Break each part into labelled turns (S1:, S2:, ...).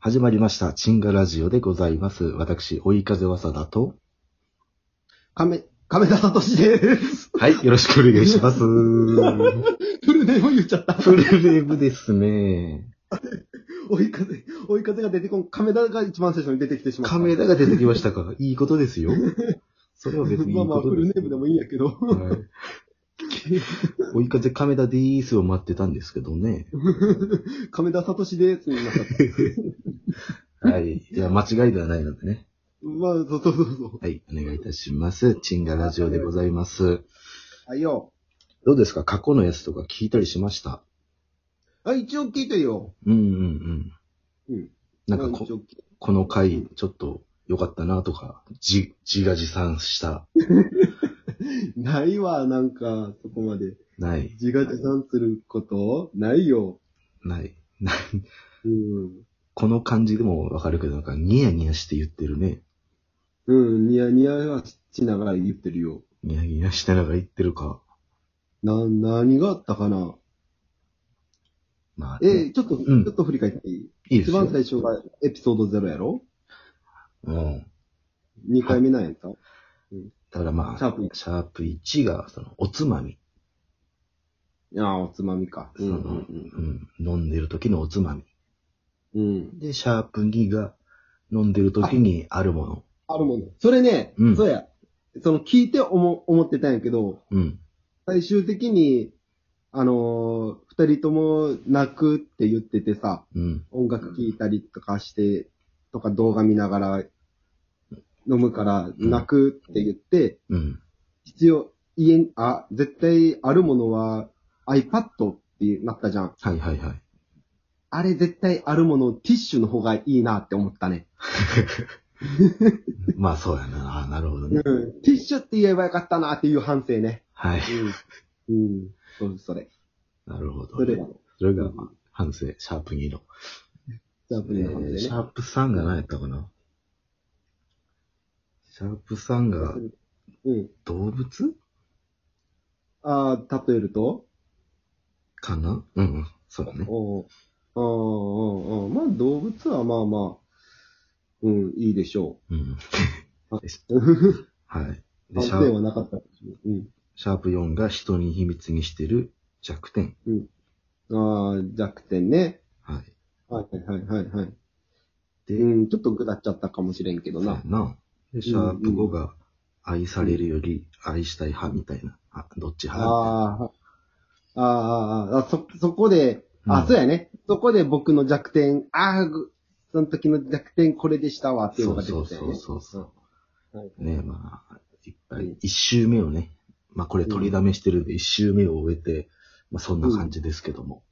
S1: 始まりました。チンガラジオでございます。私、追い風わさだと。
S2: 亀、亀田聡です。
S1: はい、よろしくお願いし ます。フ
S2: フルネーム言っちゃった。
S1: ルネームですね。
S2: 追い風、追い風が出てこん、亀田が一番最初に出てきてし まった。
S1: 亀田が出てきましたか。いいことですよ。それは別にいい
S2: まあまあ、
S1: こ
S2: フ
S1: とで
S2: ル
S1: す
S2: ネ。ームでもいいんやけど。
S1: はい。追い風亀田でーすを待ってたんですけどね。
S2: 亀田聡です。になっちゃった
S1: はい。いや、間違いではないのでね。
S2: まあ、そうそうそうそう。
S1: はい、お願いいたします。チンガラジオでございます。
S2: はいよ。
S1: どうですか過去のやつとか聞いたりしました
S2: あ、一応聞いてよ。
S1: うんうんうん。
S2: うん。
S1: なんかこ
S2: 一、応聞い
S1: この回、ちょっと良かったなとか、じ、自画自賛した、
S2: ないわ、なんか、そこまで。
S1: ない、
S2: 自画自賛することないよ。
S1: ない、ない。
S2: うん。
S1: この感じでもわかるけど、なんかニヤニヤして言ってるね。
S2: うん、ニヤニヤはしながら言ってるよ。
S1: ニヤニヤしながら言ってるか。
S2: な、何があったかな
S1: まあ、
S2: え、ちょっと、
S1: うん
S2: ちょっと振り返っていい
S1: いいです
S2: 一
S1: よ。
S2: 番最初がエピソード0やろ
S1: うん。
S2: ?2 回目なんやった、
S1: だからまあ、
S2: シャープ
S1: シャープ1が、その、おつまみ。
S2: ああ、おつまみか。
S1: その、うん、飲んでる時のおつまみ。
S2: うん。うん。
S1: で、シャープ2が、飲んでる時にあるもの。
S2: あるもの。それね、
S1: うん
S2: そうや。その聞いて思、思ってたんやけど、
S1: うん。
S2: 最終的に、あのー二人とも泣くって言っててさ、
S1: うん。
S2: 音楽聴いたりとかして、とか動画見ながら飲むから
S1: うん
S2: 泣くって言って、
S1: うん。
S2: 必要、家に、あ、絶対あるものは iPad ってなったじゃん。
S1: はいはいはい。
S2: あれ絶対あるもの、ティッシュの方がいいなって思ったね。
S1: まあそうやな。あなるほど
S2: う
S1: ね。
S2: ん。ティッシュって言えばよかったなっていう反省ね。
S1: はい。
S2: うん。うん。そうそれ。
S1: なるほど。
S2: それが、
S1: それが反省、シャープ2の。
S2: ジャンプの反
S1: えーシ
S2: 省
S1: ャ
S2: ね。
S1: ープ3が何やったかなシャープ3が
S2: うん。
S1: 動物
S2: ああ、例えると
S1: かなうんうん。そうだね。
S2: おうおうおうおうまあ動物はまあまあ、うん、いいでしょ
S1: うん。
S2: う。
S1: はい。で、
S2: 反
S1: シ
S2: 省
S1: ャープ
S2: はなかったかもしれない
S1: シャープ4が人に秘密にしてる弱点。
S2: うん。ああ、弱点ね。
S1: はい。
S2: はいはいはいはい。
S1: で
S2: うん、ちょっと下っちゃったかもしれんけど
S1: そうや
S2: な。
S1: な。で、シャープ5が愛されるより愛したい派みたいな。あ、どっち派
S2: ああ、ああ、ああ、そ、そこで、あ、
S1: うん
S2: そうやね。そこで僕の弱点、ああ、ぐその時の弱点これでしたわっていう
S1: そ
S2: の
S1: う
S2: が出て
S1: そう
S2: きたよ
S1: そう
S2: ね。
S1: そうそう、
S2: はい
S1: ねまあ、いっぱ
S2: う
S1: い
S2: ん、
S1: 一周目をね、まあこれ取りだめしてるんで、一周目を終えて、まあそんな感じですけども。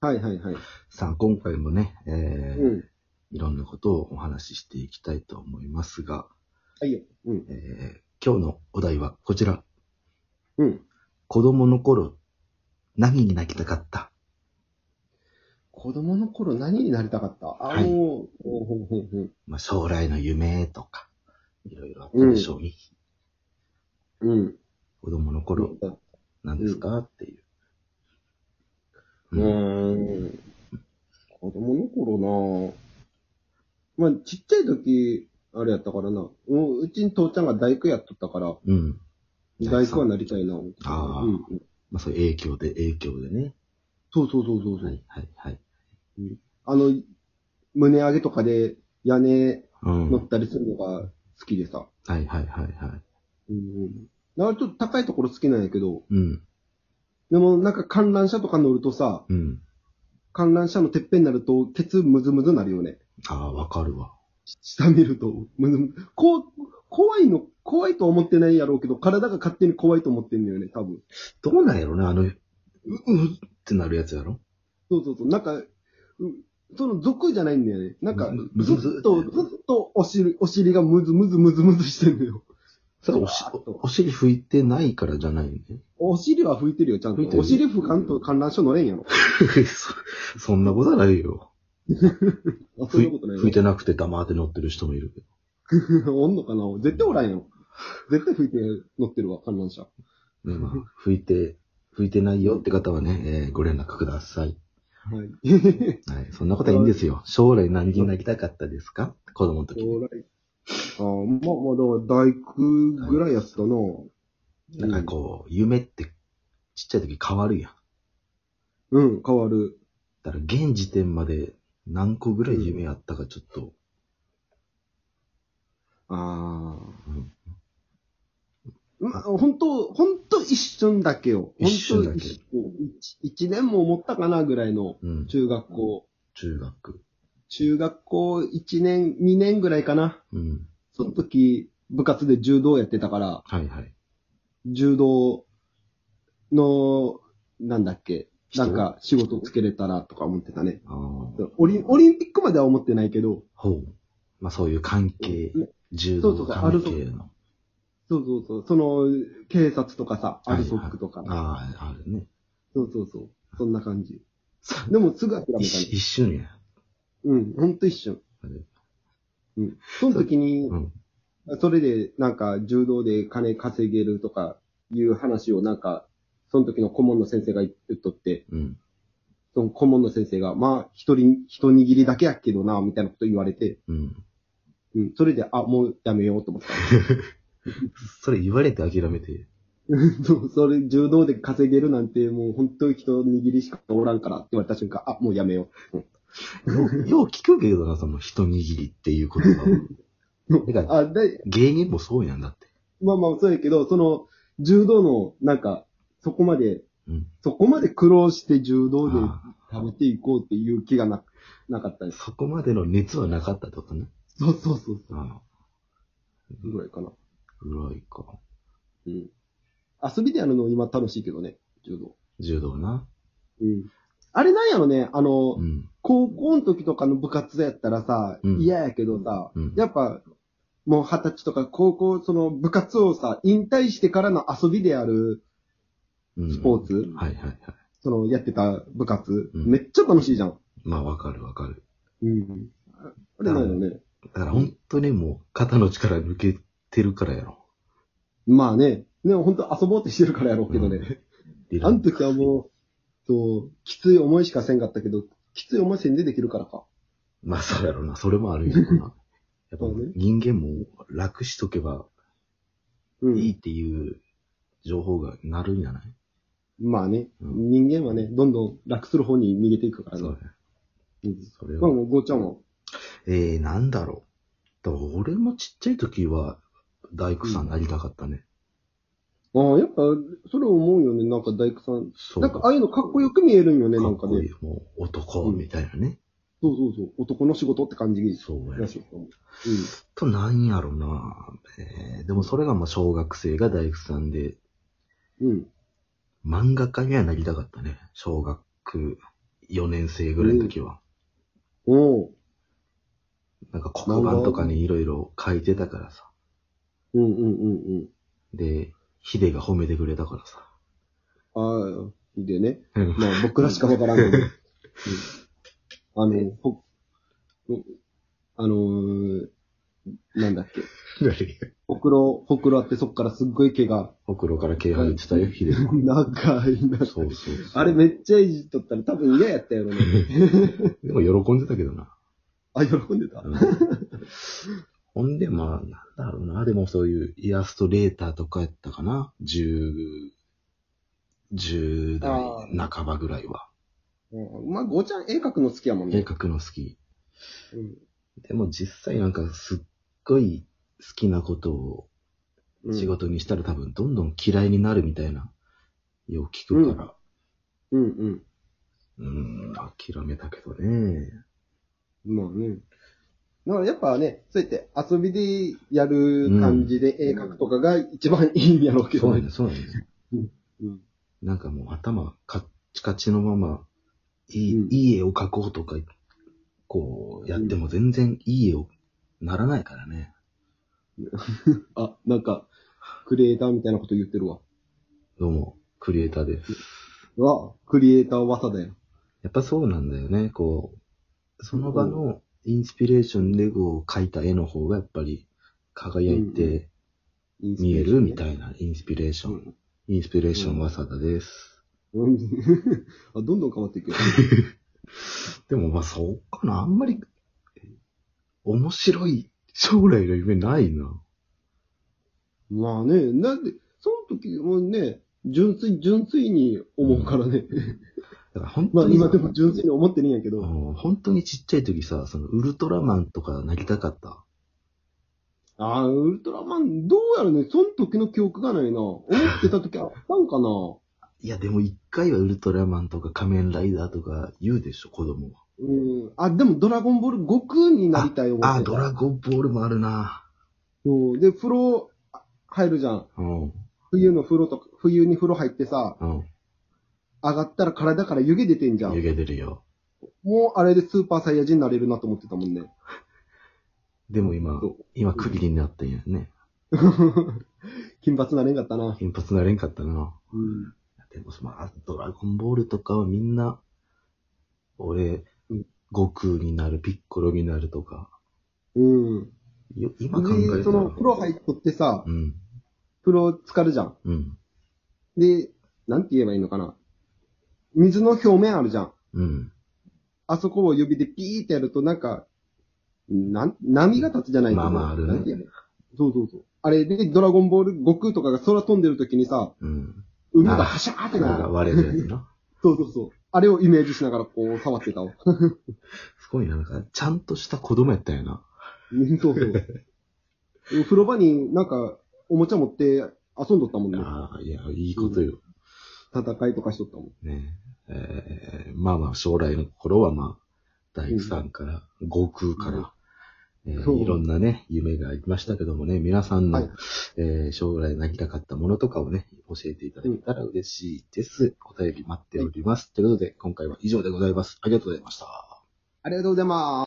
S2: はいはいはい。
S1: さあ、今回もね、えー
S2: うん。
S1: いろんなことをお話ししていきたいと思いますが、
S2: はいよ。うん。
S1: えー今日のお題はこちら。
S2: うん。
S1: 子供の頃、何になりたかった
S2: 子供の頃何になりたかったあ、
S1: はい
S2: もう、ほうほうほうほう
S1: まあ将来の夢とか、いろいろあったでしょうに、
S2: うん。
S1: 子供の頃、何ですか、っていう。
S2: うーん。子供の頃なぁ。まあ、ちっちゃい時、あれやったからな。うんうちに父ちゃんが大工やっとったから、
S1: うん。
S2: 大工はなりたいな。
S1: ああ
S2: うんうん。
S1: まあ、そう影響で、影響でね。
S2: そうそうそうそうそう
S1: は。い、はい、はい。
S2: あの、胸上げとかで屋根
S1: うん。
S2: 乗
S1: はい
S2: っ、たりするのが好きでさ。
S1: はい、はい、はい。
S2: うんうん。だからちょっと高いところ好きなんやけど、
S1: うん、
S2: でもなんか観覧車とか乗るとさ、
S1: うん。
S2: 観覧車のてっぺんになると、ケツムズムズなるよね。
S1: ああ、わかるわ。
S2: 下見ると、ムズムズ。こう、怖いの、怖いとは思ってないやろうけど、体が勝手に怖いと思ってんのよね、多分。
S1: どうなんやろな、あの、う、うってなるやつやろ
S2: そうそうそう。なんか、うその族じゃないんだよね。なんか
S1: ム、ズ
S2: ず
S1: ムズ
S2: っと、ずっとお尻、お尻がムズムズムズムズしてんのよ。
S1: それおし、おお尻拭いてないからじゃないよ
S2: お尻は拭いてるよ、ちゃん
S1: 拭いて
S2: と。
S1: る
S2: お尻拭かんと観覧所乗れんやろ。
S1: ね。 そそんなことはないよ。
S2: あ、そんな
S1: 拭
S2: ことないい
S1: 拭い
S2: よ。
S1: てなくて黙って乗ってる人もいるけど。
S2: おんのかな絶対おらんやろ。絶対拭いて乗ってるわ、観覧車。
S1: ねまあ、拭いて、拭いてないよって方はね、えーご連絡ください。
S2: はい。
S1: はい。そんなことはいいんですよ。将来何になりたかったですか子供の時に。
S2: 将来。 ああ、まあまあ、だから大工ぐらいやったな。
S1: なんかこう、夢ってちっちゃい時変わるやん。
S2: うん、変わる。
S1: だから現時点まで何個ぐらい夢あったかちょっと、
S2: ああ。
S1: うん
S2: まあ、本当本当一瞬だけよ。
S1: 一瞬だけ
S2: 本当一一一年も思ったかなぐらいの
S1: うん、
S2: 中学校。
S1: 中学。
S2: 中学校一年、二年ぐらいかな。
S1: うん。
S2: その時、部活で柔道やってたから、
S1: はいはい。
S2: 柔道の、なんだっけ、
S1: 人
S2: なんか仕事つけれたらとか思ってたね。
S1: ああ。
S2: オリンオリンピックまでは思ってないけど、
S1: ほう。まあそういう関係、柔道の関係の。
S2: そうそうそう、その、警察とかさ、
S1: はい
S2: ア
S1: はい
S2: ルソックとか、
S1: ああ、ある ね。
S2: そうそうそう、そんな感じ。
S1: さ
S2: でもすぐ諦めたね
S1: 一。一瞬や。
S2: うん、ほんと一瞬。うん。その時に
S1: う、ん。
S2: それでなんか柔道で金稼げるとかいう話をなんか、その時の顧問の先生が言っとって、
S1: うん。
S2: その顧問の先生が、まあ、一人、一握りだけやけどな、みたいなこと言われて、
S1: うん。
S2: うん、それで、あ、もうやめようと思った。
S1: それ言われて諦めて。
S2: そうそれ、柔道で稼げるなんて、もう本当に一握りしかおらんからって言われた瞬間、あ、もうやめよ
S1: ようよう聞くけどな、その一握りっていう言 葉を。
S2: う。
S1: だか
S2: あ、で、
S1: 芸人もそうやんだって。
S2: まあまあ、そうやけど、その、柔道の、なんか、そこまで、
S1: うん
S2: そこまで苦労して柔道で
S1: あ
S2: 食べていこうっていう気がな、なかった
S1: あ
S2: です。
S1: そこまでの熱はなかったってことね。
S2: そうそうそうそう。
S1: ああ。
S2: ぐらいかな。
S1: ぐらいか。
S2: うん。遊びでやるの今楽しいけどね、柔道。
S1: 柔道な。
S2: うん。あれなんやろね、あの、
S1: うん。
S2: 高校の時とかの部活やったらさ、
S1: うん
S2: 嫌やけどさ、
S1: うん
S2: やっぱ、もう二十歳とか高校、その部活をさ、引退してからの遊びである
S1: うん
S2: スポーツ、
S1: はいはいはい。
S2: そのやってた部活、
S1: うん
S2: めっちゃ楽しいじゃん。
S1: まあわかるわかる。
S2: うん。あれなんよね。
S1: だから本当にもう肩の力抜けてるからやろ。
S2: まあね、でも本当遊ぼうってしてるからやろうけどね。
S1: リラ
S2: あ
S1: ッ
S2: の
S1: ク
S2: 時はもう、そう、きつい思いしかせんかったけど、きつい思いせんでできるからか。
S1: まあそうやろな。それもあるんやろな。やっぱ
S2: そうね
S1: 人間も楽しとけば
S2: うん。
S1: いいっていう情報がなるんじゃない、
S2: まあね、
S1: う
S2: 人間はね、どんどん楽する方に逃げていくから
S1: そ
S2: ね。
S1: うや。
S2: うん
S1: それ
S2: まあ
S1: は。
S2: もう、ごーちゃんは。
S1: えー、なんだろう。だから俺もちっちゃい時は大工さんなりたかったね。
S2: ああ、やっぱ、それ思うよね、なんか大工さん。
S1: そう。
S2: なんか、ああいうのかっこよく見えるんよね、
S1: か
S2: な
S1: っ
S2: んか
S1: こい
S2: ね。
S1: い。もう男みたいなね。
S2: そうそうそう。男の仕事って感じが
S1: そうや
S2: し。いと思う。
S1: と、なんやろな。えー、でもそれがまあ小学生が大工さんで、
S2: うん。うん。
S1: 漫画家にはなりたかったね。小学4年生ぐらいの時は。
S2: おう。
S1: なんか黒板とかにいろいろ書いてたからさ。
S2: うんうんうんうん。
S1: で、ヒデが褒めてくれたからさ。
S2: ああ、でね。
S1: うん
S2: まあ、僕らしかわからん けど。うんあの、ほ、あのー、なんだっけ。ほくろ、ほくろあってそっからすっごい毛が
S1: ほくろから毛生えてたよ、ヒデは。
S2: 長いな。
S1: そうそうそう
S2: あれめっちゃいじっとったら多分嫌やったやろね。
S1: でも喜んでたけどな。
S2: あ、喜んでた。
S1: ほんで、まあ、なんだろうな。でもそういうイラストレーターとかやったかな。10、10代半ばぐらいは。
S2: うんまあ、ごーちゃん絵描くの好きやもん
S1: 絵
S2: ね。
S1: 描くの好き。
S2: うん
S1: でも実際なんかすっごい好きなことを仕。事にしたら多分どんどん嫌いになるみたいな、よく聞くから。
S2: うんうん。
S1: うん、諦めたけどね。
S2: まあね。だからやっぱね、そうやって遊びでやる感じで絵描くとかが一番いいんやろうけ
S1: そ
S2: ど
S1: うやね、。そうやね。
S2: うん
S1: なんかもう頭カッチカチのまま、いい、
S2: うん
S1: いい絵を描こうとか、こう、やっても全然いい絵をならないからね。
S2: あ、なんか、クリエイターみたいなこと言ってるわ。
S1: どうも、クリエイターです。
S2: うわ、クリエイター技だよ。
S1: やっぱそうなんだよね、こう、その場のインスピレーションでこう描いた絵の方がやっぱり輝いて見えるみた
S2: い
S1: いなインスピレーション。
S2: ん。
S1: インスピレーションはさだです。
S2: うんあ、どんどん変わっていくよ。
S1: でもまあそうかな。あんまり、面白い将来の夢ないな。
S2: まあね、なんで、その時もね、純粋、純粋に思うからね。
S1: だから本
S2: まあ
S1: 当に、
S2: 今でも純粋に思ってるんやけ
S1: う
S2: ど。
S1: ん本当にちっちゃい時さ、そのウルトラマンとかなりたかった。
S2: ああ、ウルトラマン、どうやらね、その時の記憶がないな。思ってた時あったんかな。
S1: いや、でも一回はウルトラマンとか仮面ライダーとか言うでしょ、子供は。
S2: うん。あ、でもドラゴンボール悟空になりたい思ってた。
S1: あ、ドラゴンボールもあるな。
S2: そう。で、風呂あ入るじゃん。
S1: うん。うん。
S2: 冬の風呂とか、冬に風呂入ってさ、上がったら体から湯気出てんじゃ
S1: 湯
S2: ん。
S1: 気出るよ。
S2: もうあれでスーパーサイヤ人になれるなと思ってたもんね。
S1: でも今
S2: そう、
S1: 今区切りになったんやね。
S2: 金髪なれんかったな。
S1: 金髪なれんかったな。
S2: うん。
S1: でも、まあ、ドラゴンボールとかはみんな、俺
S2: うん、
S1: 悟空になる、ピッコロになるとか、
S2: うん。
S1: よ今考え
S2: で、
S1: た
S2: その
S1: ら。
S2: 風呂入っとってさ、
S1: うん。
S2: 風呂浸かるじゃん。
S1: うん。
S2: で、なんて言えばいいのかな。水の表面あるじゃん。
S1: うん。
S2: あそこを指でピーってやるとなんか、なん、波が立つじゃないけど
S1: まあまああるね
S2: なんて言えばいいそうそうそう。あれで、ドラゴンボール、悟空とかが空飛んでる時にさ、
S1: うん。
S2: 海がハシャーってな
S1: なん
S2: る
S1: か。割れるやつな。
S2: そうそうそう。あれをイメージしながらこう触って たわ。
S1: すごいな、なんか、ちゃんとした子供やったんやな。
S2: うんそうそう。風呂場になんか、おもちゃ持って遊んどったもんね。
S1: ああ、いや、いいことよ。
S2: 戦いとかしとったもん。
S1: ねええーまあまあ、将来の頃はまあ、大工さんから、悟空から、えー
S2: そう
S1: いろんなね、夢がありましたけどもね、皆さんの、
S2: はい
S1: えー将来なりたかったものとかをね、教えていただけたら嬉しいです。お便り待っております。ということで、今回は以上でございます。ありがとうございました。
S2: ありがとうございます。